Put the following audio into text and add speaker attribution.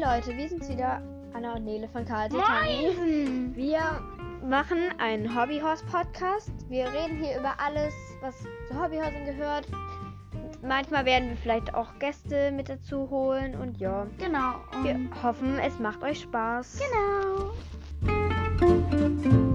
Speaker 1: Leute, wir sind wieder Anna und Nele von Karl Titani.
Speaker 2: Moin!
Speaker 1: Wir machen einen Hobbyhorse-Podcast. Wir reden hier über alles, was zu Hobbyhorsen gehört. Und manchmal werden wir vielleicht auch Gäste mit dazu holen und ja.
Speaker 2: Genau.
Speaker 1: Wir
Speaker 2: Und
Speaker 1: hoffen, es macht euch Spaß.
Speaker 2: genau.
Speaker 1: Genau.